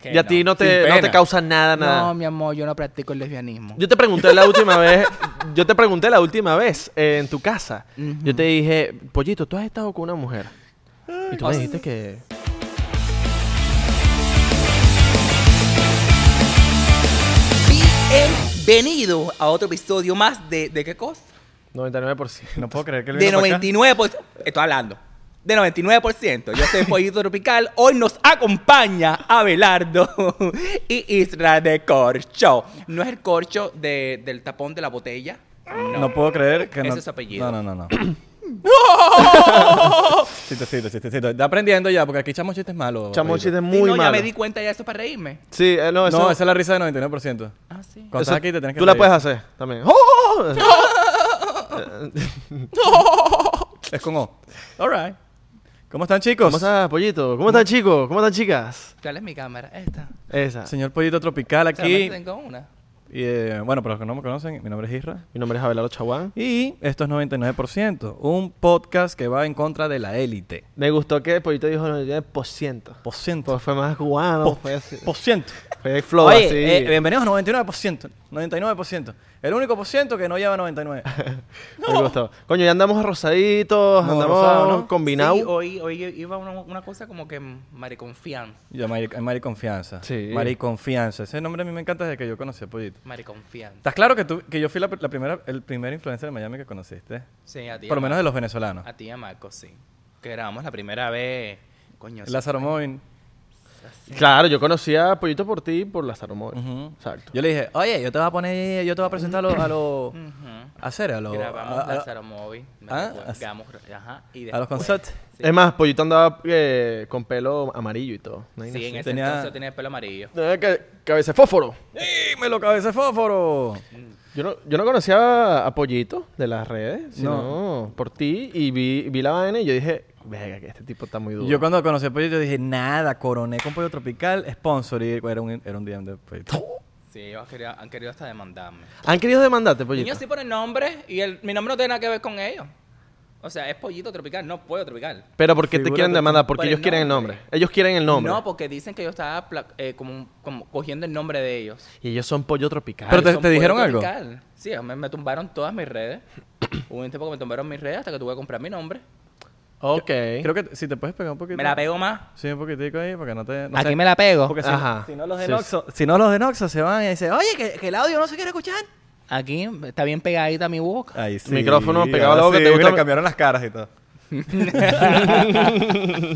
que y a ti no te, sin no te pena. causa nada, nada. No, mi amor, yo no practico el lesbianismo. Yo te pregunté la última vez, yo te pregunté la última vez eh, en tu casa. Ujú. Yo te dije, pollito, tú has estado con una mujer. Y tú me dijiste que. Bienvenido a otro episodio más de... ¿De qué cosa? 99%. No puedo creer que él De vino para acá. 99%. Estoy hablando. De 99%. Yo soy Pollito Tropical. Hoy nos acompaña Abelardo y Isra de Corcho. No es el corcho de- del tapón de la botella. No. puedo creer que no. Ese es su apellido. No, no, no. no. Chistecito, chistecito. Está aprendiendo ya, porque aquí echamos chistes malos. Chamo papito. chiste Y muy no, ya malo. me di cuenta ya eso es para reírme. Sí, eh, no, eso. No, esa es la risa del 99%. Ah, sí. eso- Cuando estás aquí te tienes que Tú la reír. puedes hacer también. ¡Oh! Es con O. All right. ¿Cómo están, chicos? ¿Cómo estás, pollito? ¿Cómo están, chicos? ¿Cómo están, chicas? ¿Cuál es mi cámara? Esta. Esa. Señor Pollito Tropical aquí. Solamente tengo una. Y, eh, bueno, para los que no me conocen, mi nombre es Isra. Mi nombre es Abelardo Chaguán. Y esto es 99%, un podcast que va en contra de la élite. Me gustó que el pollito dijo 99%. Por ciento. Pues fue más cubano. Po- fue así. Por ciento. Fue flow Oye, así. eh, bienvenidos a 99%. 99%. El único por ciento que no lleva 99. Me gustó. Coño, ya andamos rosaditos, No, andamos rosado, ¿no? combinados. Sí, hoy, hoy iba una, una cosa como que mm, mariconfianza. Ya, Mari, Mari Confianza. Sí. Mari Confianza. Ese nombre a mí me encanta desde que yo conocí a Pollito. Mariconfianza. ¿Estás claro que, tú, que yo fui la, la primera, el primer influencer de Miami que conociste? Sí, a ti. Por lo a menos de los venezolanos. Marco. A ti, a Marco, sí. Que grabamos la primera vez. Coño. sí. Lázaro Moin. Claro, yo conocía a Pollito por ti y por Lázaro Móvil. Ujú. Exacto. Yo le dije, oye, yo te voy a poner, yo te voy a presentar a los... A los Ujú. a hacer, a los... Grabamos a- a- Lázaro Móvil. me Ah, recuerdo, así. grabamos, ajá, y a los después- concerts. Sí, Es más, Pollito andaba eh, con pelo amarillo y todo. Una vaina sí, en así. ese Tenía- entonces tenía el pelo amarillo. Eh, ca- cabeza de fósforo. ¡Ey, me lo cabe ese fósforo! Yo no, yo no conocía a Pollito de las redes, sino por ti. Y vi, vi la vaina y yo dije, venga, que este tipo está muy duro. Yo cuando conocí a Pollo, yo dije, nada, coroné con Pollo Tropical, sponsor, y era un, era un DM de Pollo. Sí, ellos han querido, han querido hasta demandarme. ¿Han querido demandarte, Pollito? Niños sí ponen nombres y el, mi nombre no tiene nada que ver con ellos. O sea, es pollito tropical, no puedo tropical. Pero ¿por qué te Figúrate quieren tú. demandar? Porque Por el ellos quieren el nombre. nombre. Ellos quieren el nombre. No, porque dicen que yo estaba pla- eh, como, como cogiendo el nombre de ellos. Y ellos son pollo tropical. Pero te- Son dijeron Puerto algo? Tropical. Sí, me, me tumbaron todas mis redes. Hubo un tiempo que me tumbaron mis redes hasta que tuve que comprar mi nombre. Ok. Creo que si te puedes pegar un poquito. Me la pego más. Sí, un poquitico ahí, porque no te... no Aquí sé. me la pego. Porque si, Ajá. si no los de Sí, Noxo, si no los de Noxo se van y dicen, oye, que, que el audio no se quiere escuchar. Aquí está bien pegadita mi boca. Ahí sí, Micrófono pegado a la boca, ahora te gusta- mira, cambiaron las caras y todo.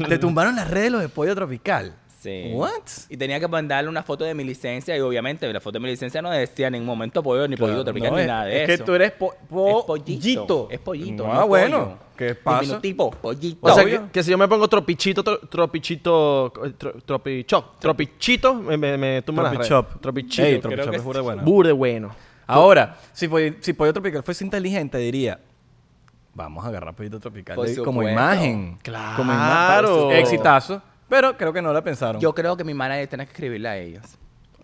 te tumbaron las redes los de Pollo Tropical. Sí. What? Y tenía que mandarle una foto de mi licencia y obviamente la foto de mi licencia no decía en ningún momento pollo ni pollo tropical No, ni es- nada de es eso. que tú eres po- Es po- pollito. Es pollito. Ah, no bueno. pollo. ¿Qué pasa? Diminutivo, pollito. O sea, Obvio. que, que si yo me pongo tropichito, tro- tropichito, co- tro- tropicho, tropichito, me, me, me tumba las redes. Tropichop. Tropichito. Ey, creo Tropichop que es burda sí. buena. Burde bueno. Ahora, si, Pollo- si Pollo Tropical fuese inteligente, diría. Vamos a agarrar Pollito Tropical Por de- como supuesto. imagen. Claro. Como ima- por su- Exitazo. Pero creo que no la pensaron. Yo creo que mi manager tiene que escribirle a ellos.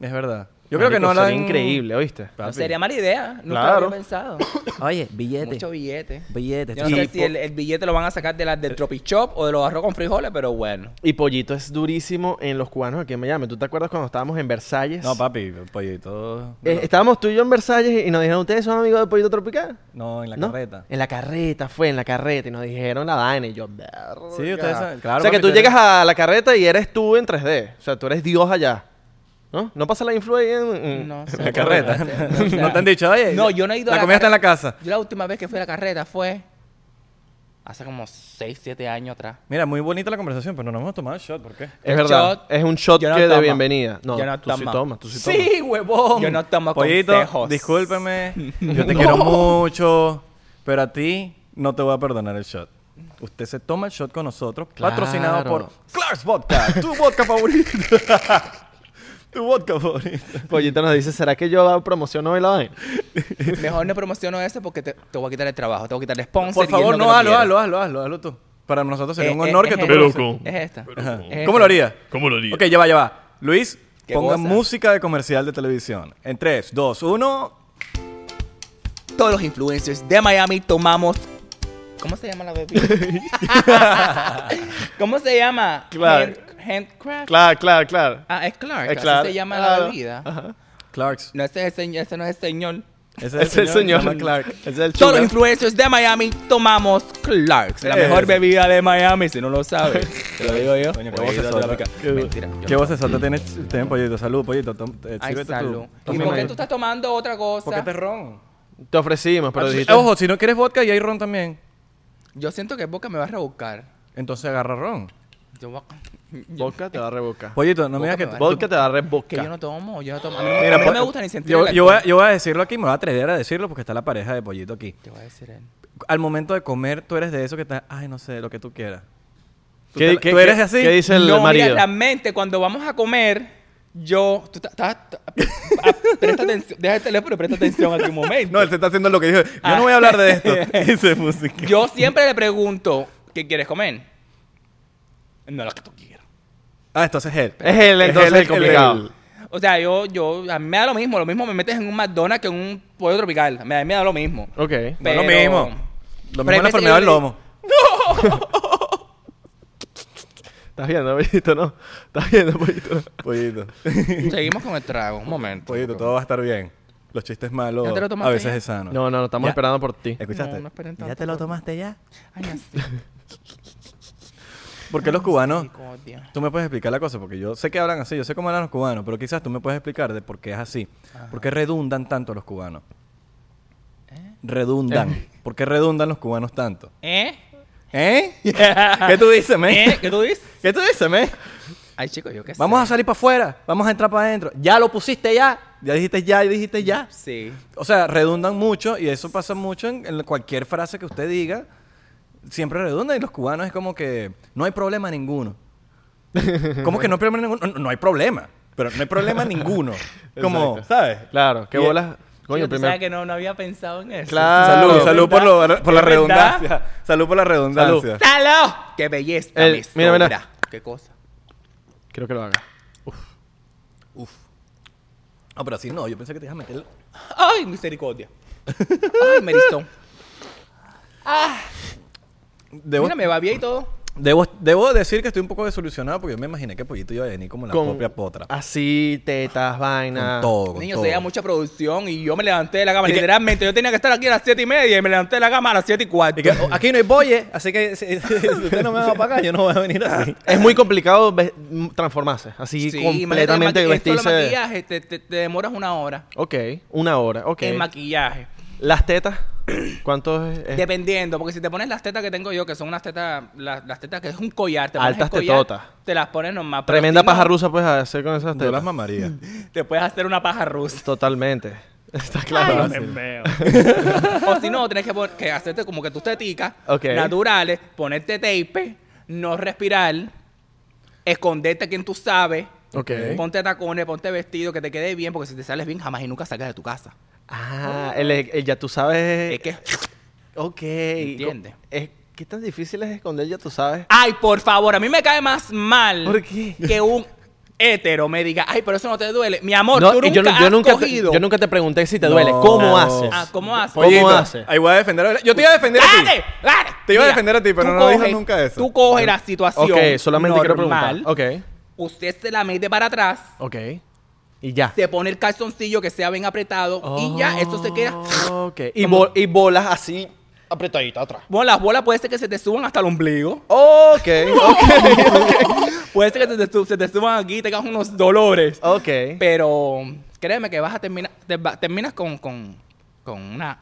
es verdad. Yo creo que no la Sería han- increíble, ¿oíste? No Papi. sería mala idea. Nunca Claro. lo había pensado. Oye, billete. Mucho billete. Billete. Yo no sé si el, el billete lo van a sacar de las del Tropic Shop o de los arroz con frijoles, pero bueno. Y Pollito es durísimo en los cubanos aquí en Miami. ¿Tú te acuerdas cuando estábamos en Versalles? No, papi, Pollito. Eh, estábamos tú y yo en Versalles y nos dijeron, ¿ustedes son amigos de Pollito Tropical? No, en la ¿No? carreta. En la carreta, fue en la carreta y nos dijeron la vaina y yo, verga. Sí, ustedes saben, claro, O sea, que papi, tú ustedes- llegas a la carreta y eres tú en 3D. O sea, tú eres Dios allá. ¿No? ¿No pasa la influencia en...? en- No Mm. En sé. la carreta. no te han dicho, oye. No, yo no he ido La a comida está en la carreta. casa. Yo la última vez que fui a la carreta fue hace como 6, 7 años atrás. Mira, muy bonita la conversación, pero no nos hemos tomado el shot. ¿Por qué? Es El verdad. shot, es un shot yo no que de tomo. bienvenida. No, Yo no tú sí tomo. tomas, tú sí, tomas. Sí, huevón. Yo no tomo Pollito, consejos. discúlpeme. Yo te quiero mucho. Pero a ti no te voy a perdonar el shot. Usted se toma el shot con nosotros, Claro. patrocinado por Clark's Vodka, tu vodka favorito. tu vodka favorito. Pollito nos dice, ¿será que yo promociono hoy la vaina? Mejor no promociono ese porque te, te voy a quitar el trabajo, te voy a quitar el sponsor. Por y es lo favor, que no, hazlo, quiero. hazlo, hazlo, hazlo, hazlo tú. Para nosotros sería Eh, un eh, honor es que tú esta. produces. produces. Es esta. Ajá. Es ¿Cómo esta. lo haría? ¿Cómo lo haría? Ok, ya va, ya va. Luis, Qué ponga cosa. música de comercial de televisión. En 3, 2, 1. Todos los influencers de Miami tomamos. ¿Cómo se llama la bebida? ¿Cómo se llama? Claro. Hand- handcraft. Claro, claro, claro. Ah, es Clark. Es Clark. Así se llama Ah. Claro. la bebida. Ajá. Clarks. No, ese, es el señor- ese no es el señor. Ese Ese es el señor. se llama Clark. Ese es el Todos los sugar. influencers de Miami tomamos Clarks, la Eso. mejor bebida de Miami, si no lo sabes. Te lo digo yo. Coño, qué Bebida vocesota. tropical. Qué- Mentira. yo ¿Qué no. vocesota tiene, tiene Pollito? Salud, Pollito. Tom- eh, Ay, sírvete tú. salud. ¿Y Toma por qué ahí. tú estás tomando otra cosa? ¿Por qué este ron? Te ofrecimos, pero dijiste. Ojo, si no quieres vodka y hay ron también, Yo siento que Boca me va a rebuscar. entonces agarra ron. Yo voy a- Vodka te va a revocar. Pollito, no me Vodka digas me que... tú- vale. Vodka te va a Que yo revocar. no tomo, yo no tomo. A mí, no- a mí no po- me gusta ni sentir yo, el yo voy a, alcohol. yo voy a decirlo aquí, me voy a atrever a decirlo porque está la pareja de Pollito aquí. Te voy a decir él. Al momento de comer, tú eres de eso que está, ay, no sé, lo que tú quieras. ¿Tú, ¿Qué- te- qué- tú eres qué- así? qué dice el no, marido? mira, la mente, cuando vamos a comer, yo... Tú ta- ta- ta- a- presta atención, deja el teléfono y presta atención aquí un momento. No, él se está haciendo lo que dijo. Yo Ah. no voy a hablar de esto. Dice música. Yo siempre le pregunto, ¿qué quieres comer? No lo que tú quieras. Ah, entonces es él. Es él, entonces, el complicado. O sea, yo, yo, a mí me da lo mismo. Lo mismo me metes en un McDonald's que en un pollo tropical. Me- A mí me da lo mismo. Ok. No es lo Pero- mismo. Lo mismo hay es la veces enfermedad yo del le digo- lomo. Estás viendo, pollito, ¿no? Estás viendo, pollito. ¿no? Pollito. Seguimos con el trago. Un momento. Pollito, todo va a estar bien. Los chistes malos ¿Ya te lo tomaste a veces ya? es sano. No, no, no, estamos Ya. esperando por ti. ¿Escuchaste? No, no esperen ¿Ya tanto, te lo por favor. tomaste ya? Ay, así. ¿Por qué los cubanos? Misericordia. Tú me puedes explicar la cosa, porque yo sé que hablan así, yo sé cómo hablan los cubanos, pero quizás tú me puedes explicar de por qué es así. ¿Por qué redundan tanto los cubanos? Redundan. ¿Por qué redundan los cubanos tanto? ¿Eh? ¿Eh? ¿Qué tú dices, me? ¿Eh? ¿Qué tú dices? ¿Qué tú dices, me? Ay, chicos, yo qué sé. Vamos a salir para afuera, vamos a entrar para adentro. Ya lo pusiste ya, ya dijiste ya, ya dijiste ya. Sí. O sea, redundan mucho y eso pasa mucho en, en cualquier frase que usted diga. Siempre redunda y los cubanos es como que no hay problema ninguno. ¿Cómo que no hay problema ninguno? No, no hay problema, pero no hay problema ninguno. Como, Exacto. ¿sabes? Claro, qué Y- bolas. Coño, Coño, tú sabes primero. que no, no había pensado en eso. Claro. Salud, es salud por, lo- por la es verdad. redundancia. Salud por la redundancia. ¡Salud! ¡Qué belleza! El- me mira, mira. sobra! ¡Qué cosa! Creo que lo haga. No, pero así no, yo pensé que te ibas a meter. ¡Ay, misericordia! ¡Ay, Meristón! Debo, Mira, me va bien y todo. debo, debo decir que estoy un poco desilusionado porque yo me imaginé que Pollito iba a venir como la propia Ah, potra. Así, tetas, Con vaina. todo, con Niño, todo. se veía mucha producción y yo me levanté de la cama. Literalmente, yo tenía que estar aquí a las 7 y media y me levanté de la cama a las 7 y cuarto. Y que, "Oh, aquí no hay boye, así que si, si usted no me va a pagar, yo no voy a venir así. Es muy complicado ve- mm, transformarse. Así, Sí, imagínate completamente el maqui- el vestirse. solo de- maquillaje, te, te- te demoras una hora Ok, una hora. Ok. en maquillaje. Las tetas. ¿Cuánto es? es? Dependiendo, porque si te pones las tetas que tengo yo, que son unas tetas, las, las tetas que es un collar, te Altas pones el collar, tetotas. te las pones normal. pero Tremenda si no, paja rusa puedes hacer con esas Yo tetas. las mamaría. Te puedes hacer una paja rusa. Totalmente. Está Ay, claro. me meo. o si no, tienes que, pon- que hacerte como que tus teticas Ok. naturales, ponerte tape, no respirar, esconderte a quien tú sabes, Ok. ponte tacones, ponte vestido, que te quede bien, porque si te sales bien, jamás y nunca salgas de tu casa. Ah, el, el ya tú sabes. Es que, Ok. Entiende. Es, ¿Qué tan difícil es esconder ya tú sabes? ay, por favor, a mí me cae más mal ¿Por qué? que un hétero me diga, ay, pero eso no te duele. Mi amor, No, tú y nunca yo, nu- yo has nunca te, cogido. yo nunca te pregunté si te No. duele. ¿Cómo No. haces? Ah, ¿cómo haces? ¿Cómo haces? Ahí voy a defender a Belén. Yo te iba a defender a ti. ¡Cállate! ¡Cállate! Te iba a Mira, defender a ti, pero tú no dijo nunca eso. Tú coges la situación Ok, solamente quiero preguntar. normal, Ok, Usted se la mete para atrás, ok. Y ya. se pone el calzoncillo que sea bien apretado y ya, eso se queda. Oh. Ok. Y, bol- y bolas así apretadita atrás. Bueno, las bolas puede ser que se te suban hasta el ombligo. Ok, ok, Puede ser que se te, su- se te suban aquí y tengas unos dolores. ok. Pero créeme que vas a terminar, te va- terminas con, con, con una,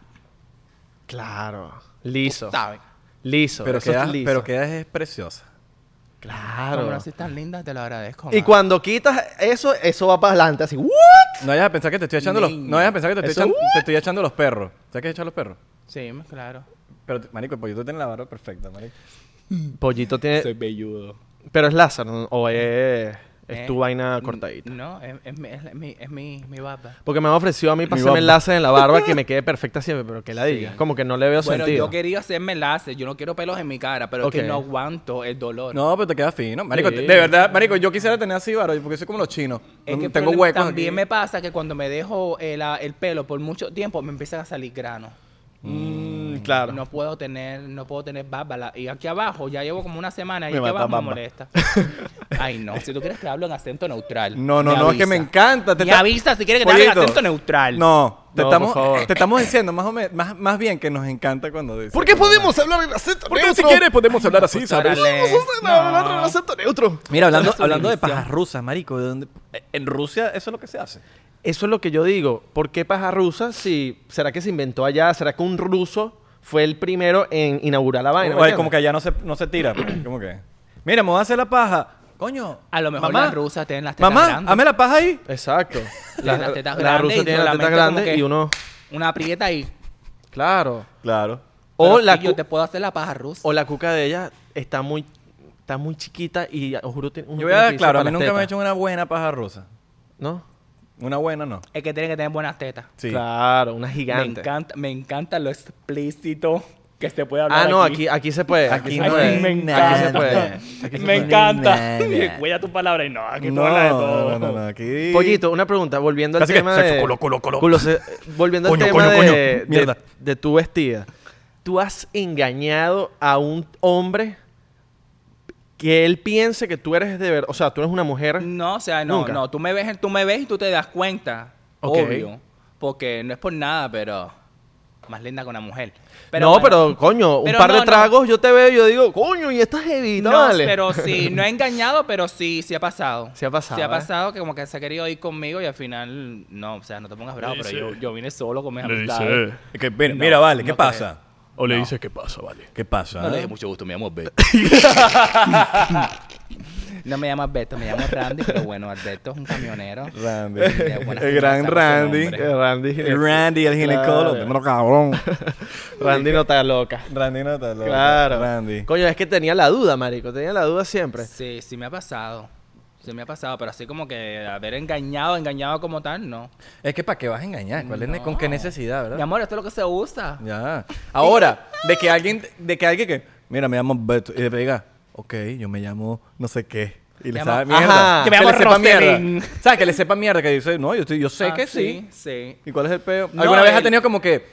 Claro. Liso. ¿sabes? Liso. Pero eso es quedas, liso. pero quedas es preciosa. Claro. Como no soy tan linda, te lo agradezco. Y madre. cuando quitas eso, eso va para adelante. Así, ¿what? No vayas a pensar que te estoy echando los... Niño. No vayas a pensar que te estoy, Eso- uh. echan- te estoy echando los perros. ¿Sabes qué es echar los perros? Sí, claro. Pero, marico, el pollito tiene la barba perfecta, marico. Pollito tiene. velludo. Pero es láser, ¿no? o es, es Eh, tu vaina cortadita. No, es, es mi, es, mi, es mi, mi barba. Porque me han ofrecido a mí para Mi hacerme barba. el láser en la barba que me quede perfecta siempre, pero que la diga. Como que no le veo Bueno, sentido. yo quería hacerme láser, yo no quiero pelos en mi cara, pero es Ok. que no aguanto el dolor. No, pero te queda fino. Marico, Sí. te- de verdad, marico, yo quisiera tener así, barba, porque soy como los chinos. Es que el tengo problema- huecos También aquí. me eh, pasa que cuando me dejo el, ah, el pelo por mucho tiempo me empiezan a salir granos. Mm, Mm, claro. No puedo tener, no puedo tener bárbara. Y aquí abajo, ya llevo como una semana y Me aquí mata abajo me bamba. molesta. Ay, no. Si tú quieres que hablo en acento neutral. No, no, me no, es que avisa. me encanta. Te Me está- avisa si quieres que te hable en Pollito, acento neutral. No, te, No, por estamos, favor. te estamos diciendo más o menos, más, más bien que nos encanta cuando dices. ¿Por qué podemos hablar en acento Porque neutro? si quieres podemos hablar así, pues, ¿sabes? órale. Podemos hacer- No. hablar en acento neutro. Mira, hablando, Eso es hablando de división. pajas rusas, marico, ¿de dónde? en Rusia eso es lo que se hace. Eso es lo que yo digo. ¿Por qué paja rusa? Si, ¿Será que se inventó allá? ¿Será que un ruso fue el primero en inaugurar la vaina? O- ¿me como que entiendes? allá no se, no se tira. pues, como que. Mira, me voy a hacer la paja. Coño. A lo mejor mamá, las rusas tienen las tetas Mamá, grandes. hazme la paja ahí. Exacto. Tienen La- las tetas la grandes rusa y tiene las tetas solamente como grandes que y uno... Una aprieta ahí. Claro. Claro. O Pero la, sí, yo cu- te puedo hacer la paja rusa. o la cuca de ella está muy, está muy chiquita y os juro... tiene- uno Yo voy tiene a que irse claro, a para mí las nunca me he tetas. hecho una buena paja rusa. ¿No? Una buena no. Es que tiene que tener buenas tetas. Sí. Claro, una Me gigante. encanta, me encanta lo explícito que se puede hablar Ah, no, aquí. aquí, aquí se puede. Aquí se no puede. hay me Aquí se encanta. puede. nada. Aquí Me se puede. encanta. Nada. Cuida tu palabra y no, aquí tú No, hablas de todo. no, no, no, aquí. Pollito, una pregunta, volviendo al Casi que tema sexo, de... culo, culo, culo. se- Volviendo Coño, al coño, tema de, coño, de- mierda. de tu vestida. ¿Tú has engañado a un hombre que él piense que tú eres de verdad? O sea, tú eres una mujer... No, o sea, no, Nunca. no. Tú me ves, tú me ves y tú te das cuenta. Ok. Obvio. Porque no es por nada, pero más linda que una mujer. no, bueno, pero coño, un pero par no, de no. tragos yo te veo y yo digo, coño, y estás jevita, No, vale. pero sí, no he engañado, pero sí, sí ha pasado. Sí ha pasado, Sí ha ¿eh? pasado que como que se ha querido ir conmigo y al final, no, o sea, no te pongas bravo, Le pero dice- yo, yo vine solo con mis Le amistades. dice, eh, Es que, mira, mira, vale, ¿qué no pasa? o le dice, ¿qué pasa, vale? ¿Qué pasa? No le eh? dije mucho gusto, mi amor, Beto. no me llamas Beto, me llamo Randy, pero bueno, Alberto es un camionero. Randy. De buenas El gran conversas, Randy. ese Eh, hombre. Randy, El Randy, el ginecólogo. Claro. No, cabrón. Randy no está loca. Randy no está loco. Claro. Randy. Coño, es que tenía la duda, marico. Tenía la duda siempre. Sí, sí me ha pasado. Sí me ha pasado, pero así como que haber engañado, engañado como tal, no. Es que para qué vas a engañar, ¿Cuál es ne- con qué necesidad, Mi ¿verdad? amor, esto es lo que se usa. Ya. Ahora, de que alguien, de que alguien que, mira, me llamo Beto y le diga, ok, yo me llamo no sé qué. Y le Me sabe llamo- mierda. Ajá. Yo Que me le llamo sepa Roselín. mierda. ¿Sabes? Que le sepa mierda. Que dice, no, yo, estoy, yo sé Ah, que sí. Sí, ¿Y cuál es el peo? No, ¿Alguna vez el- has tenido como que.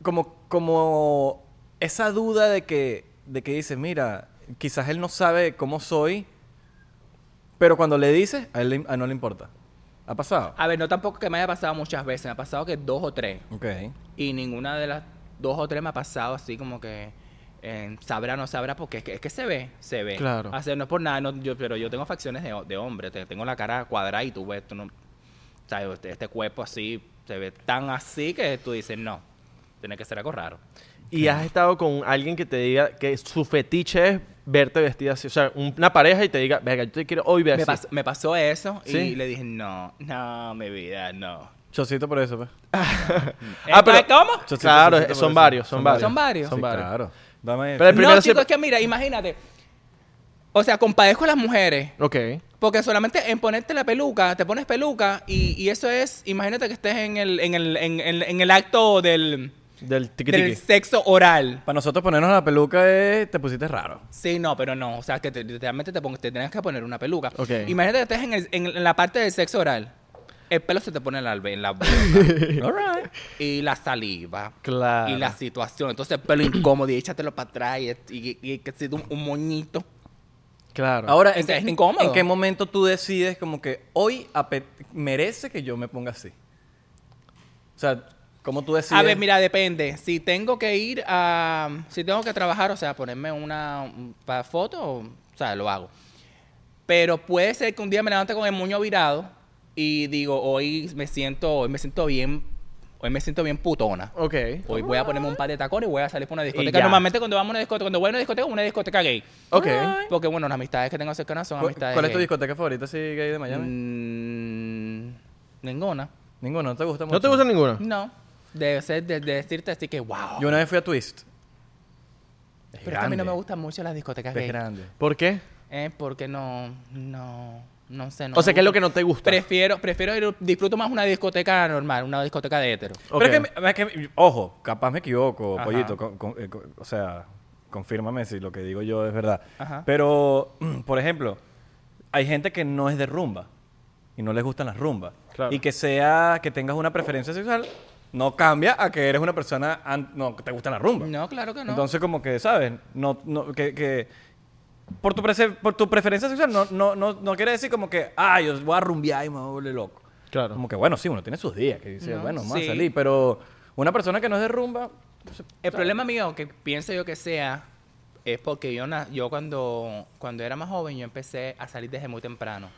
Como. Como. Esa duda de que. De que dices, mira, quizás él no sabe cómo soy. Pero cuando le dices, a él le- a no le importa. ¿Ha pasado? A ver, no tampoco que me haya pasado muchas veces, me ha pasado que dos o tres. Ok. Y ninguna de las dos o tres me ha pasado así como que eh, sabrá o no sabrá, porque es que, es que se ve, se ve. Claro. O sea, no es por nada, no, yo, pero yo tengo facciones de, de hombre, te- tengo la cara cuadrada y tú ves, tú no, o sea, este, este cuerpo así, se ve tan así que tú dices, no, tiene que ser algo raro. Y has estado con alguien que te diga que su fetiche es verte vestida así. O sea, un- una pareja y te diga, venga, yo te quiero hoy ver Me, así. pas- me pasó eso ¿Sí? y le dije, no, no, mi vida, no. Chocito por eso, pues. Ah, Entonces, pero- ¿Cómo? Chocito, Claro, chocito por son eso. varios, son varios. Son varios. Sí, Son varios. claro. Dame Pero el No, primero chicos, siempre- es que mira, imagínate. O sea, compadezco a las mujeres. Ok. Porque solamente en ponerte la peluca, te pones peluca y, y eso es, imagínate que estés en el, en el, en, en- en el acto del, Del tiki del sexo oral. Para nosotros ponernos la peluca es. Te pusiste raro. Sí, no, pero no. O sea, que te- literalmente te, pon- te tienes que poner una peluca. Ok. Imagínate que estés en, el- en- en la parte del sexo oral. El pelo se te pone en la, albe- en la boca. All right. y la saliva. Claro. Y la situación. Entonces, el pelo incómodo y échatelo para atrás y, y, y que sea un, un moñito. Claro. Ahora, Es- ¿en, qué- es en- incómodo. ¿en qué momento tú decides como que hoy ape- merece que yo me ponga así? O sea, ¿cómo tú decides? A ver, mira, depende. Si tengo que ir a. Si tengo que trabajar, o sea, ponerme una. un- Para foto, o sea, lo hago. Pero puede ser que un día me levante con el moño virado y digo, hoy me siento. Hoy me siento bien. Hoy me siento bien putona. ok. Hoy voy a ponerme un par de tacones y voy a salir para una discoteca. ya. Normalmente cuando vamos a una discoteca, cuando voy a una discoteca, una discoteca gay. Ok. Porque bueno, las amistades que tengo cercanas son ¿Cu- amistades. ¿Cuál es tu gay. discoteca favorita así gay de Miami? Mm, ninguna. Ninguna, no te gusta mucho. ¿No te gusta ninguna? No. Debe ser de, de decirte así que wow. Yo una vez fui a Twist. Es Pero es que a mí no me grande, gustan mucho las discotecas Es gay. grande. ¿Por qué? Eh, porque no, no, no sé. No O sea, me ¿qué es lo que gusta. no te gusta? Prefiero, prefiero, ir- disfruto más una discoteca normal, una discoteca de hétero. Ok. Pero es que, me- es que- ojo, capaz me equivoco, Ajá. pollito. con- con- eh, con- o sea, confírmame si lo que digo yo es verdad. Ajá. Pero, mm, por ejemplo, hay gente que no es de rumba y no les gustan las rumbas. Claro. Y que sea que tengas una preferencia sexual, No cambia a que eres una persona an- no, que te gusta la rumba. No, claro que no. Entonces, como que, ¿sabes? No, no, que, que por, tu prese- por tu preferencia sexual no, no, no, no quiere decir como que, ah, yo voy a rumbear y me voy a volver loco. Claro. Como que, bueno, sí, uno tiene sus días que dice, No, bueno, vamos sí. a salir. Pero una persona que no es de rumba, El problema mío, que pienso yo que sea, es porque yo, na- yo cuando, cuando era más joven, yo empecé a salir desde muy temprano.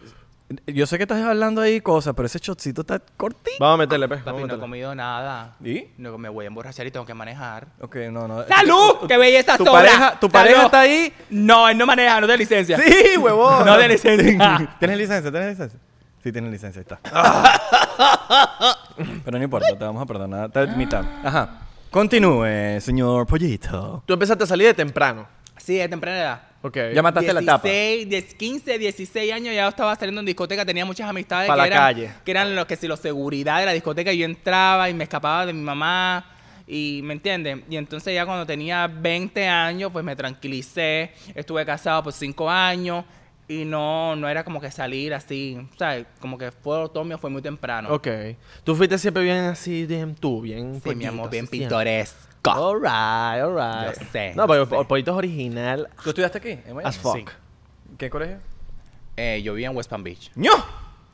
yo sé que estás hablando ahí cosas, pero ese chocito está cortito. Vamos a meterle, pues. Papi, no vamos a he meterle. comido nada. ¿Y? No, me voy a emborrachar y tengo que manejar. Ok, no, no. ¡Salud! ¡Qué belleza tu sobra! pareja- tu ¡Salud! pareja está ahí. No, él no maneja, no tiene licencia. Sí, huevón. No tiene licencia. ¿Tienes licencia? ¿Tienes licencia? Sí, tienes licencia, ahí está. Pero no importa, te vamos a perdonar. Ah. Te mitad. Ajá. Continúe, señor Pollito. Tú empezaste a salir de temprano. Sí, de temprana edad. Ok. Ya mataste la etapa. 16, 10, 15, 16 años ya estaba saliendo en discoteca, tenía muchas amistades Pa' que, la eran, calle. que eran los que si los seguridad de la discoteca, yo entraba y me escapaba de mi mamá y me entienden. Y entonces ya cuando tenía 20 años, pues me tranquilicé, estuve casado por 5 años y no no era como que salir así, ¿sabes? Como que fue otoño, fue muy temprano. Ok. Tú fuiste siempre bien así, bien tú, bien. Sí, mi pollito, amor, así bien siempre. pintoresco. Alright, alright. Yo sé, No, yo pero sé. el pollito es original ¿Tú estudiaste aquí? en Miami? as fuck. Sí. ¿Qué colegio? Eh, yo vivía en West Palm Beach. ¡No!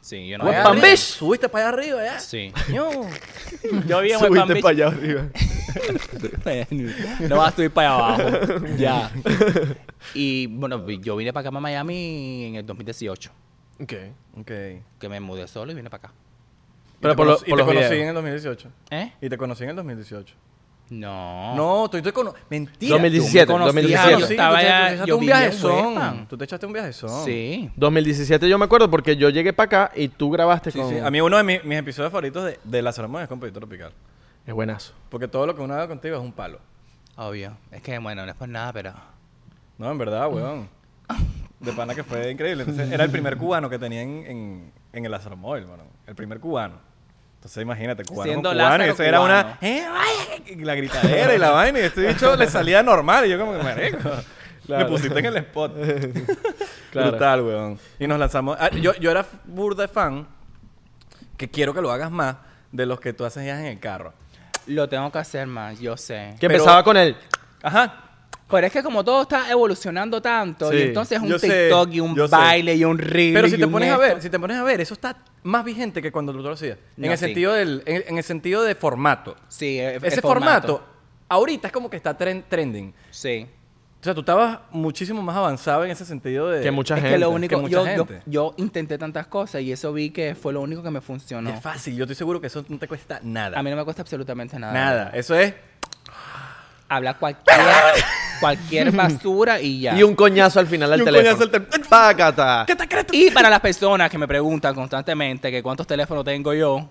Sí, yo no West había- Palm Beach. Subiste para allá arriba, ¿eh? ya. Sí. ¡No! Yo vivía en West Palm Beach. allá arriba. no vas a subir para abajo. ya. Y bueno, vi- yo vine para acá para Miami en el 2018. Ok. Ok. Pero Que me mudé solo y vine para acá. Pero por, lo, y por te los conocí en videos. el 2018. ¿Eh? Y te conocí en el 2018. No. No, estoy, estoy con... Mentira. 2017, tú me conocías, 2017. yo Sí, estaba tú te- tú te ya- echaste yo un vivía en viajezón. Huepan. Tú te echaste un viajezón. Sí. 2017 yo me acuerdo porque yo llegué para acá y tú grabaste Sí, con... sí. A mí uno de mi- mis episodios favoritos de, de La Ceremonia es con Pollito Tropical. Es buenazo. Porque todo lo que uno haga contigo es un palo. Obvio. Es que bueno, no es por nada, pero. No, en verdad, weón. De pana que fue increíble. Entonces, era el primer cubano que tenía en, en, en el Lázaro Móvil, mano. El primer cubano. Entonces, imagínate, cubano Siendo con cubano. y Lázaro eso era cubano. una... "Eh, ay", y la gritadera y la vaina. Y este bicho le salía normal. Y yo como que, marico, me Claro. pusiste en el spot. Claro. Brutal, weón. Y nos lanzamos... ah, yo, yo era burda fan, que quiero que lo hagas más, de los que tú haces ya en el carro. Lo tengo que hacer más, yo sé. Que Pero- empezaba con el... Ajá. Pero es que como todo está evolucionando tanto, Sí. y entonces un Yo sé, TikTok y un yo sé. baile y un reel. Pero si y te un pones a esto. ver, si te pones a ver, eso está más vigente que cuando tú lo hacías. en No, el sí. sentido del, en, en el sentido de formato. Sí, e, el- el Ese formato. ahorita es como que está tren- trending. Sí. O sea, tú estabas muchísimo más avanzado en ese sentido de Que mucha es gente. que lo que único, mucha yo, yo, gente. yo intenté tantas cosas y eso vi que fue lo único que me Y funcionó. Es fácil, yo estoy seguro que eso no te cuesta nada. A mí no me cuesta absolutamente nada. nada, eso es Habla cualquier, cualquier basura y ya. Y un coñazo al final Y del un teléfono. coñazo al tel- Ah. Pácata. ¿Qué te crees tú? Y para las personas que me preguntan constantemente que cuántos teléfonos tengo yo,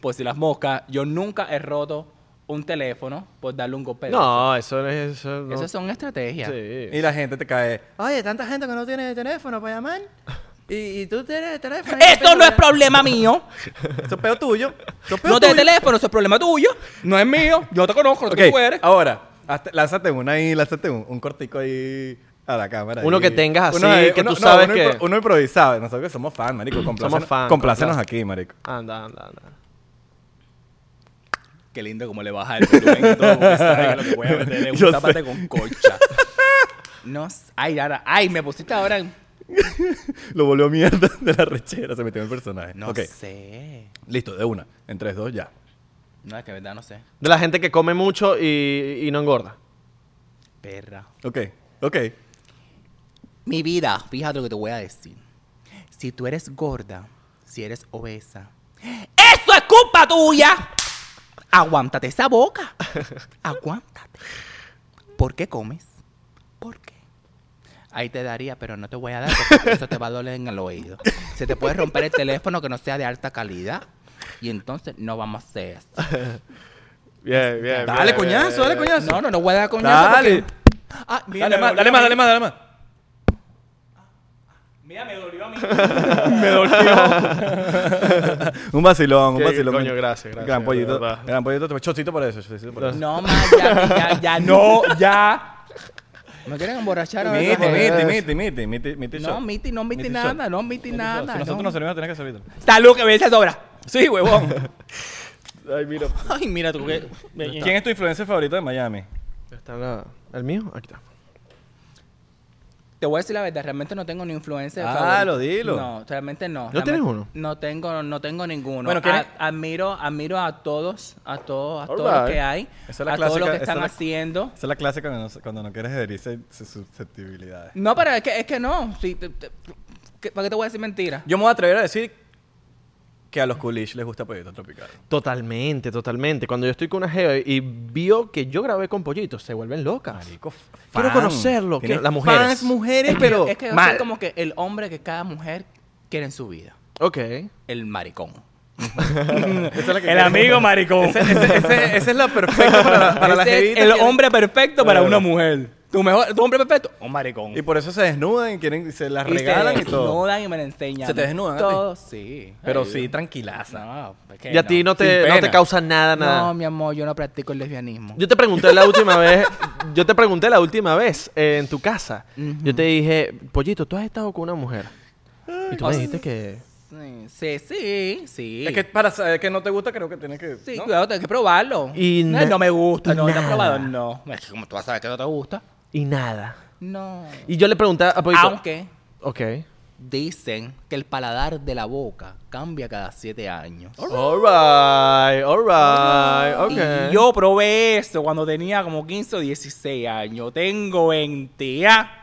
pues si las moscas, yo nunca he roto un teléfono por darle un golpe. de No, eso no es... Eso no... Esas son estrategias. Y Sí. la gente te cae. Oye, tanta gente que no tiene teléfono para llamar. Y, y tú tienes teléfono. Esto no es problema mío. Eso es peo tuyo. Eso es peo No te tuyo. teléfono, eso es problema tuyo. No es mío. Yo te conozco, no sé Ok, quién tú eres. ahora, hazte- lánzate una ahí, lánzate un, un cortico ahí a la cámara. Uno ahí. que tengas Uno así, ahí- que uno- tú sabes uno que- impro- uno improvisado. Nosotros somos fan, marico. Complácenos, fan, complácenos complace- aquí, marico. Anda, anda, anda. Qué lindo cómo le baja el volumen y todo, porque sabe que lo que voy a meter es Yo un sé. tapate con colcha. No, s- ay, ahora, ay, me pusiste ahora. en- Lo volvió mierda de la rechera. Se metió en el personaje. No ok, sé. listo, de una. En 3, 2, ya. No, es que verdad no sé. De la gente que come mucho y, y no engorda. Perra. Ok, ok. Mi vida, fíjate lo que te voy a decir. Si tú eres gorda, si eres obesa, ¡eso es culpa tuya! Aguántate esa boca. Aguántate. ¿Por qué comes? ¿Por qué? Ahí te daría, pero no te voy a dar porque eso te va a doler en el oído. Se te puede romper el teléfono que no sea de alta calidad. Y entonces no vamos a hacer eso. Bien, bien. Dale, bien, coñazo, bien, dale, bien. coñazo. No, no, no voy a dar coñazo. Dale. porque- Ah, mira, Dale me más, dolió dale más, a mí. dale más, dale más. Mira, me dolió a mí. un vacilón, un Qué- vacilón. coño, gracias, gracias, Gran pollito. de verdad. Gran pollito. te- Chocito por eso, chocito por eso. No, más, ya, ya, ya, no, ya. ¿Me quieren emborrachar? ahora? Miti, No, miti, miti, miti, miti, miti. No, shot. Miti, no, Miti shot. nada, no, Miti shot. nada, Si nosotros no. nos servimos, tenés que servirlo. Salud, que me dice sobra. Sí, huevón. Ay, mira. Ay, mira tú que... ¿Quién es tu influencer favorito de Miami? Está la, el mío, aquí está. Te voy a decir la verdad, realmente no tengo ni influencer. Ah, favorito. lo dilo. No, realmente no. ¿No tienes Realmente uno? No tengo, no tengo ninguno. Bueno, Bueno, ¿quién es? admiro, admiro a todos, a todos, a All todos los right. que hay, Esa es la a todos los clásica- que esa están es la- haciendo. Esa es la clase cuando no, cuando no quieres herir se- se- susceptibilidades. No, pero es que, es que no. Sí, te- te- ¿qué- ¿Para qué te voy a decir mentira? Yo me voy a atrever a decir que a los coolish les gusta Pollito Tropical. Totalmente, totalmente. Cuando yo estoy con una jeva y vio que yo grabé con pollitos, se vuelven locas. Marico, fan. Quiero conocerlo, Tienes quiero- las mujeres. Fans, mujeres, pero es que yo mal. soy como que el hombre que cada mujer quiere en su vida. Ok. El maricón. el amigo maricón. Ese- ese- ese- Esa es la perfecta para, la- para la Ese es jevita el que- hombre perfecto para Claro. una mujer. Tu mejor, tu hombre perfecto, un maricón. Y por eso se desnudan y quieren, se las regalan se y, todo. desnudan y me la enseñan. ¿Se te desnudan a ti? Todo, sí. Pero Ay, sí, tranquilaza. No, es que Y a ti no sin te, no te pena. causa nada, nada. No, mi amor, yo no practico el lesbianismo. Yo te pregunté la última vez, yo te pregunté la última vez eh, en tu casa. Yo te dije, pollito, ¿tú has estado con una mujer? Y tú me dijiste que... Sí, sí, sí. sí. Es que para saber que no te gusta, creo que tienes que. Sí, ¿no? cuidado, tienes que probarlo. Y no, na- no me gusta, no, no he nada. probado, no. Es que como tú vas a saber que no te gusta. Y nada. No. Y yo le pregunté a pollito... Aunque Ok. dicen que el paladar de la boca cambia cada siete años. Alright, alright, ok. Y yo probé eso cuando tenía como 15 o 16 años. Tengo 20 ya.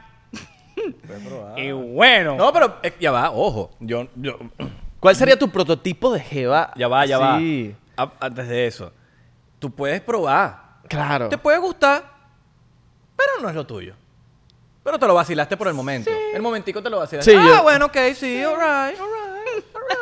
y bueno. No, pero eh, ya va, ojo. Yo, yo, ¿Cuál sería tu prototipo de jeva? ya va, ya Sí, va. A- Antes de eso, tú puedes probar. claro. Te puede gustar, pero no es lo tuyo. Pero te lo vacilaste por el momento. El momentico te lo vacilaste. Sí, ah, yo- bueno, ok, sí, alright, alright, Eh. alright.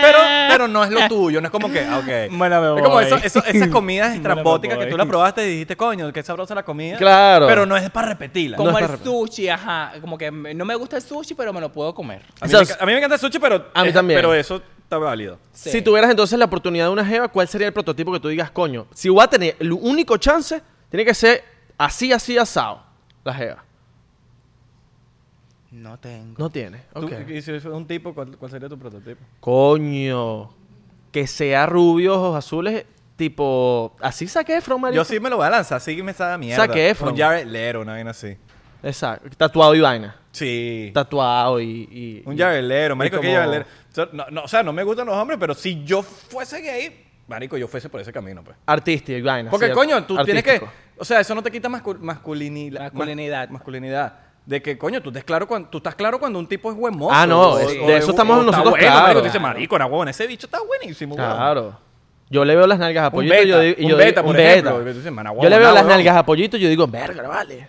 Pero, pero no es lo tuyo, no es como que, ah, ok. Bueno, me es como voy. eso- eso- esas comidas estrambóticas que voy. tú la probaste y dijiste, coño, qué sabrosa la comida. Claro. Pero no es para repetirla. Como No es el para- sushi, ajá. Como que me- no me gusta el sushi, pero me lo puedo comer. A mí, O sea, me, enca- a mí me encanta el sushi, pero, a mí eh, también. pero eso está válido. Sí. Si tuvieras entonces la oportunidad de una jeva, ¿cuál sería el prototipo que tú digas, coño? Si voy a tener el único chance, tiene que ser así, así, asado. La jeva. No tengo. No tiene. Tú- Ok. y si es un tipo, ¿cuál, cuál sería tu prototipo? Coño. Que sea rubio, ojos azules, tipo... Así saqué From Yo sí me lo voy a lanzar, sí me sabe a mierda. Zac Efron. Un Jared Leto, una vaina así. Exacto. Tatuado y vaina. Sí. Tatuado y... y- Un y- llavelero, y marico, que como- llavelero. O sea, no, no, o sea, no me gustan los hombres, pero si yo fuese gay, marico, yo fuese por ese camino, pues. Artístico y vaina. Porque, sí, coño, tú tienes artístico. que... O sea, eso no te quita mascu- masculinidad. Masculinidad. mas- masculinidad. De que, coño, tú, estés claro cuan- tú estás claro cuando un tipo es buen mozo. Ah, no, o- es- o de es eso bu- estamos o está nosotros bueno, claros. Marico, tú dices, marico, era huevón, ese bicho está buenísimo, huevón". Claro. Yo le veo las nalgas a Un Pollito beta, yo digo- y un yo beta, digo- por ejemplo. Y tú dices, "Mana, Yo huevón, le veo nada, las huevón". nalgas a Pollito y yo digo, verga, vale.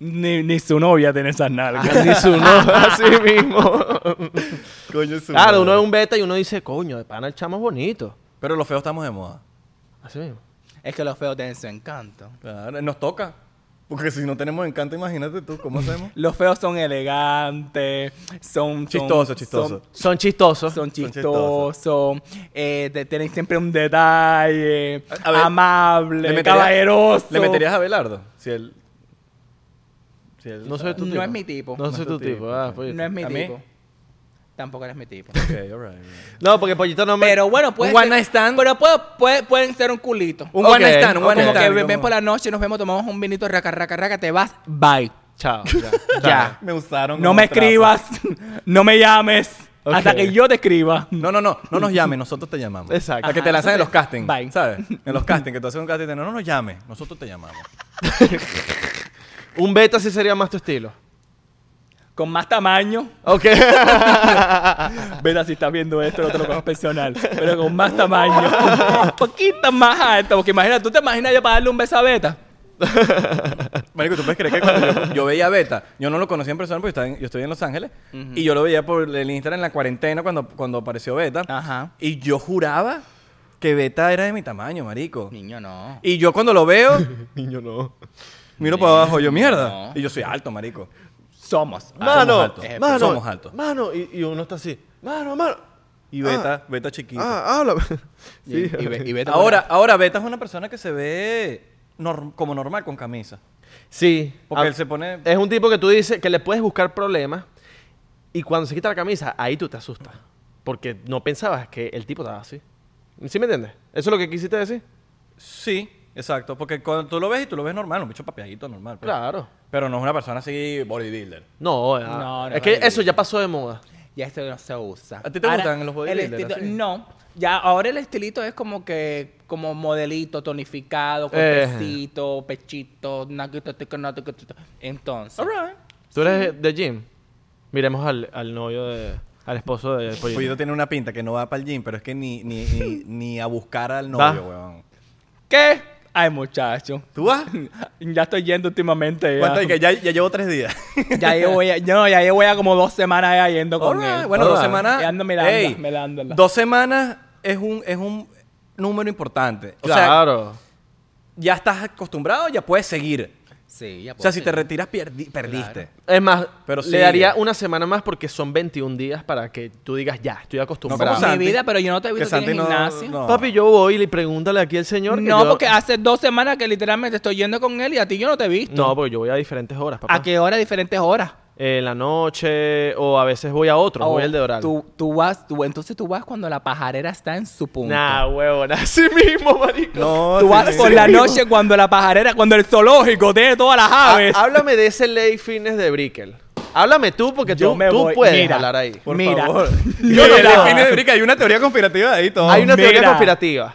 Ni, ni su novia tiene esas nalgas. Ah, Ni su no, así mismo. Coño, su claro, uno madre. es un beta y uno dice, coño, de pana el chamo es bonito. Pero los feos estamos de moda. Así mismo. es que los feos tienen su encanto. Claro, nos toca. Porque si no tenemos encanto, imagínate tú, ¿cómo hacemos? Los feos son elegantes, son... son- Chistoso, chistoso. Son, Son chistosos. son chistosos. chistosos, eh, te- tienen siempre un detalle, A- a ver, amable, ¿Le meterías- caballeroso. ¿Le meterías a Belardo? Si él... Si él No soy tu No tipo. es mi tipo. No, No soy es tu tu tipo. tipo, ah, ok. Pollito. No es mi ¿A mí? tipo. Tampoco eres mi tipo. Ok, all right, all right. No, porque Pollito no me... Pero bueno, puede Un one ser- night stand. Pero puede- puede- pueden ser un culito. Un Ok, one night stand, un ok. one night Como que stand. ven, ven como- por la noche, nos vemos, tomamos un vinito, raca, raca, raca, te vas, bye. Chao. Ya. Me usaron. No como me trapo. escribas, no me llames, Ok. hasta que yo te escriba. No, no, no. No nos llames, nosotros te llamamos. Exacto. A que te Ajá, lanzan en los castings. bye. ¿Sabes? En los castings, que tú haces un casting y te dicen, no, no nos llames, nosotros te llamamos. un beta sí sería más tu estilo. Con más tamaño. Ok. Vela si estás viendo esto, no te lo cojas personal. Pero con más tamaño. Un poquito más alto. Porque imagina, tú te imaginas yo para darle un beso a Beta. Marico, tú puedes creer que cuando yo, yo veía a Beta, yo no lo conocía en persona porque estaba en- yo estoy en Los Ángeles y yo lo veía por el Instagram en la cuarentena cuando, cuando apareció Beta. Ajá. Y yo juraba que Beta era de mi tamaño, marico. Niño, no. Y yo cuando lo veo, Niño, no. miro para abajo, yo mierda. No. Y yo soy alto, marico. Somos. Ah, somos Mano, altos. Eh, mano. Somos altos. Mano, y, y uno está así. Mano, mano. Y Beta, Beta chiquito. Ah, habla. Y, y ve- y Beta. ahora, ahora Beta es una persona que se ve nor- como normal con camisa. Sí. Porque Ah, él se pone. Es un tipo que tú dices que le puedes buscar problemas y cuando se quita la camisa, ahí tú te asustas. Porque no pensabas que el tipo estaba así. ¿Sí me entiendes? ¿Eso es lo que quisiste decir? Sí, exacto. Porque cuando tú lo ves y tú lo ves normal, un bicho papiadito normal. pues. Claro. Pero no es una persona así bodybuilder. No, ya. No, no, es que no, no. eso ya pasó de moda. Ya esto no se usa. ¿A ti te gustan los el bodybuilders, estilo- así? No. Ya ahora el estilito es como que como modelito tonificado, con Eh. pecito, pechito, naquito, tico, nato, tico, tico. Entonces, ¿Tú eres de gym? Miremos al, al novio de... Al esposo de Pollito. Pollito tiene una pinta que no va para el gym, pero es que ni, ni, ni, ni a buscar al Va. novio, weón. ¿qué? Ay, muchacho. ¿Tú vas? Ya estoy yendo últimamente. Cuenta de Ya, que ya, ya llevo tres días. ya yo voy a, no, ya yo voy a como dos semanas ya yendo con Alright, él. Bueno, dos Alright. semanas. Ya ando mirando, ey, mirándola. Dos semanas es un, es un número importante. O sea, claro. ya estás acostumbrado, ya puedes seguir. Sí, ya O sea, si te retiras, pierdi- perdiste. es más, Pero le sigue. daría una semana más porque son 21 días para que tú digas, ya, estoy acostumbrado. como Santi, mi vida, pero yo no te he que visto a ti en Santi no- gimnasio. no. Papi, yo voy y le pregúntale aquí al señor. que No, yo- porque hace dos semanas que literalmente estoy yendo con él y a ti yo no te he visto. No, porque yo voy a diferentes horas, papá. ¿A qué hora? Diferentes horas. En la noche o a veces voy a otro, voy Oh, al de oral. Tú, tú vas, tú, entonces tú vas cuando la pajarera está en su punto. Nah, huevón, así mismo, marico. No, tú sí, vas sí, Ah, por sí. la noche cuando la pajarera, cuando el zoológico tiene todas las Ha- aves. Ah, háblame de ese ley fitness de Brickel. Háblame tú, porque Yo tú, me tú voy- puedes mira, hablar ahí. Por Mira. favor. Yo Yo no no puedo. define de brica, hay una teoría conspirativa de ahí todo. Hay una teoría mira. conspirativa.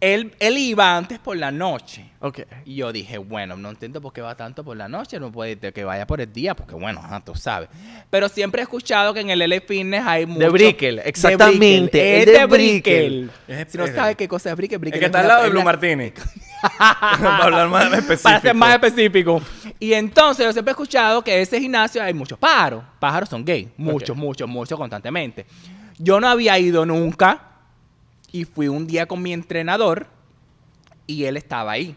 Él, él iba antes por la noche. Ok. Y yo dije, bueno, no entiendo por qué va tanto por la noche, no puede de que vaya por el día, porque bueno, ajá, tú sabes. Pero siempre he escuchado que en el LA Fitness hay mucho... Brickell, de exactamente, Brickell, es Es de de Brickell. Brickell. Si no Es- sabes qué cosa es Brickell, El Brickell que es está al una- lado de es Blue la- Martini. Para hablar más específico. Para ser más específico. Y entonces yo siempre he escuchado que en ese gimnasio hay muchos pájaros. Pájaros son gay. Muchos, muchos, muchos constantemente. Yo no había ido nunca y fui un día con mi entrenador y él estaba ahí.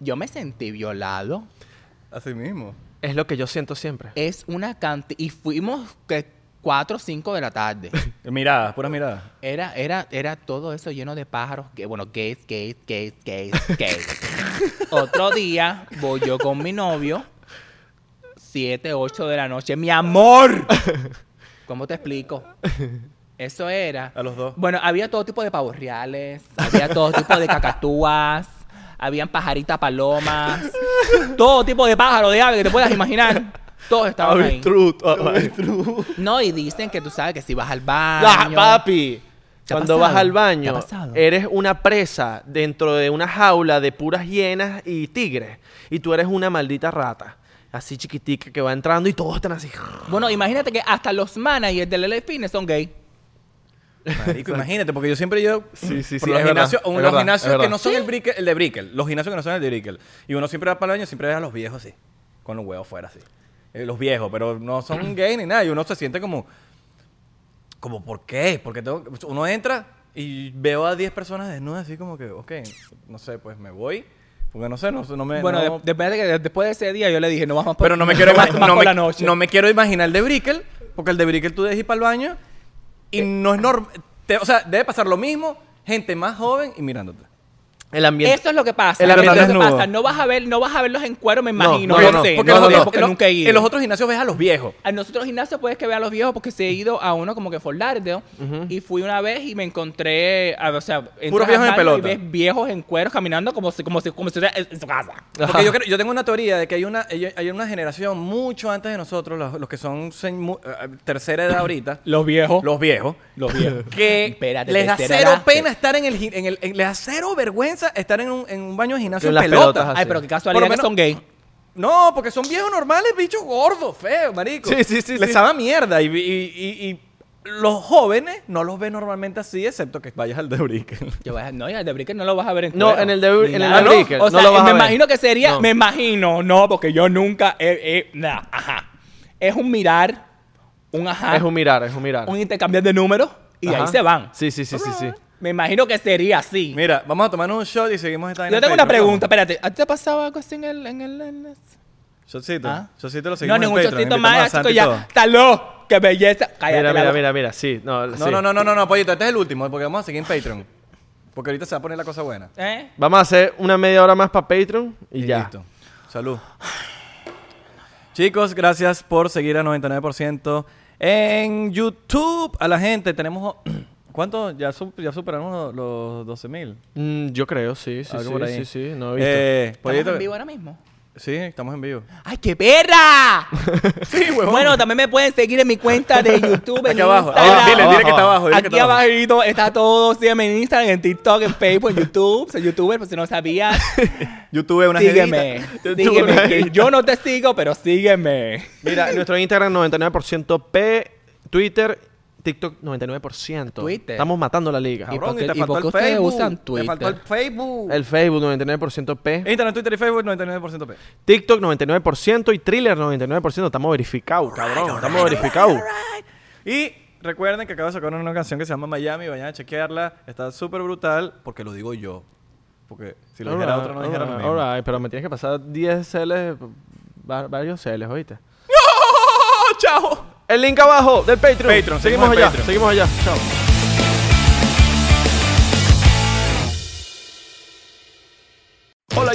Yo me sentí violado. Así mismo. Es lo que yo siento siempre. Es una cantidad. Y fuimos que 4 o 5 de la tarde. Miradas, puras miradas. Era, era, era todo eso lleno de pájaros. que- bueno, gays, gays, gays, gays, gays. Otro día voy yo con mi novio. 7, 8 de la noche. ¡Mi amor! ¿Cómo te explico? Eso era. A los dos. Bueno, había todo tipo de pavos reales. Había todo tipo de cacatúas. Habían pajaritas palomas. Todo tipo de pájaros de ave que te puedas imaginar. Todos estaban ahí. Avestruz, avestruz. No, y dicen que tú sabes que si vas al baño. Ah, papi. ¿Te ha Cuando pasado? vas al ¿Te baño, ha pasado? eres una presa dentro de una jaula de puras hienas y tigres. Y tú eres una maldita rata. Así chiquitica que va entrando y todos están así. Bueno, imagínate que hasta los managers del LA Fitness son gay. Marico, imagínate, porque yo siempre yo Sí, sí, por sí, los es verdad, gimnasios, es los verdad, gimnasios es que verdad. no son el Brickell- el de Brickell, los gimnasios que no son el de Brickell. Y uno siempre va para el baño, siempre ve a los viejos así, con los huevos fuera así. Eh, los viejos, pero no son gay ni nada, y uno se siente como como ¿por qué? Porque tengo que- uno entra y veo a 10 personas desnudas así como que, ok, no sé, pues me voy, porque no sé, no, no me bueno, no- de- de- espérate que de- después de ese día yo le dije, no vamos pero no me quiero más, ima- más no por me- la noche. no me quiero imaginar el de Brickell, porque el de Brickell tú debes ir para el baño Eh. y no es normal. O sea, debe pasar lo mismo, gente más joven y mirándote. El ambiente. Eso es lo que pasa. El Eso es lo que desnudo. pasa. No vas a ver, no vas a verlos en cuero, me imagino. no, No, no, sé, porque no en los sé, otros- los- porque en los- nunca he ido. en los otros gimnasios ves a los viejos. A nosotros gimnasios puedes que ver a los viejos porque se he ido a uno como que Fort Lauderdale, y fui una vez y me encontré, a- o sea, entras al Puros viejos en baño pelota. Y ves viejos en cueros caminando como si, como si, como si estuviera en en su casa. Porque yo, creo- yo tengo una teoría de que hay una, hay hay una generación mucho antes de nosotros, los, los que son sen- mu- eh, tercera edad ahorita, Los viejos. los viejos, Los viejos. que Eh, Espérate, les da tercera cero edad. pena estar en el, gi- en el en- les da cero vergüenza estar en un, en un baño de gimnasio Con en las pelota. pelotas así. Ay, pero qué Por casualidad lo menos- que son gay. No, porque son viejos normales, bichos gordos, feos, marico. Sí, sí, sí, Les sí. sabe a mierda. Y, y- y- y los jóvenes no los ven normalmente así, excepto que vayas al de Brickell. Yo voy a- no, y el de Brickell no lo vas a ver en No, cuero, en el de- ni en el nada. de Ah, ¿no? Brickell, O no sea, lo vas me a ver. imagino que sería, No. me imagino, no, porque yo nunca he, he- nah, ajá. Es un mirar, un ajá, Es un un, mirar, es un mirar. intercambiar de números y de Ajá. ahí se van. Sí, sí, sí, sí, sí. Me imagino que sería así. Mira, vamos a tomarnos un shot y seguimos esta vaina Yo en tengo una Patreon, pregunta, espérate. ¿A ti te ha pasado algo así en el... En el, en el- ¿no? Shotcito. Ah. Shotcito lo No, seguimos en ningún Patreon. chocito invitamos a más, ah, Santi chico, y todo. ya. ¡Taló! ¡Qué belleza! Cállate Mira, la mira, boca. mira, mira, sí. No, No, sí. no, no, no, no, no, pollito. Este es el último, porque vamos a seguir en Patreon. Porque ahorita se va a poner la cosa buena. ¿Eh? Vamos a hacer una media hora más para Patreon y, Y ya. listo. Salud. Chicos, gracias por seguir a 99% En YouTube, a la gente tenemos... ¿Cuánto? Ya, su- ya superamos los, 12 mil. Mm, yo creo, sí, sí, sí, sí, sí, no he visto. Eh, ¿Estamos en vivo ahora mismo? Eh, Sí, estamos en vivo. ¡Ay, qué perra! Bueno, también me pueden seguir en mi cuenta de YouTube, en Aquí abajo. Instagram. Ah, dile, dile que está abajo, dile que Aquí está abajo. abajito está todo. Sígueme en Instagram, en TikTok, en Facebook, en YouTube. Soy youtuber, por si no sabías. YouTube es una Sígueme. jevita. YouTube es Sígueme. una que jevita. yo no te sigo, pero sígueme. Mira, nuestro Instagram 99% P, Twitter, TikTok 99%. Twitter. Estamos matando la liga. ¿Y Cabrón, por y qué- te y faltó por el qué ustedes Facebook. usan Te faltó el Twitter? Facebook. El Facebook 99% Eh. P, Instagram, Twitter y Facebook, 99% P. TikTok 99% y Thriller 99%. Estamos verificados, cabrón. estamos verificados. Y recuerden que acabo de sacar una canción que se llama Miami, vayan a chequearla. Está súper brutal porque lo digo yo. Porque si lo dijera Alright, otro no dijera lo alright, mismo. alright, pero me tienes que pasar 10 Ls, va- varios Ls, ¿oíste? ¡No! ¡Chao! El link abajo del Patreon. Patreon, seguimos seguimos en allá, Patreon. seguimos allá. Chao. Hola,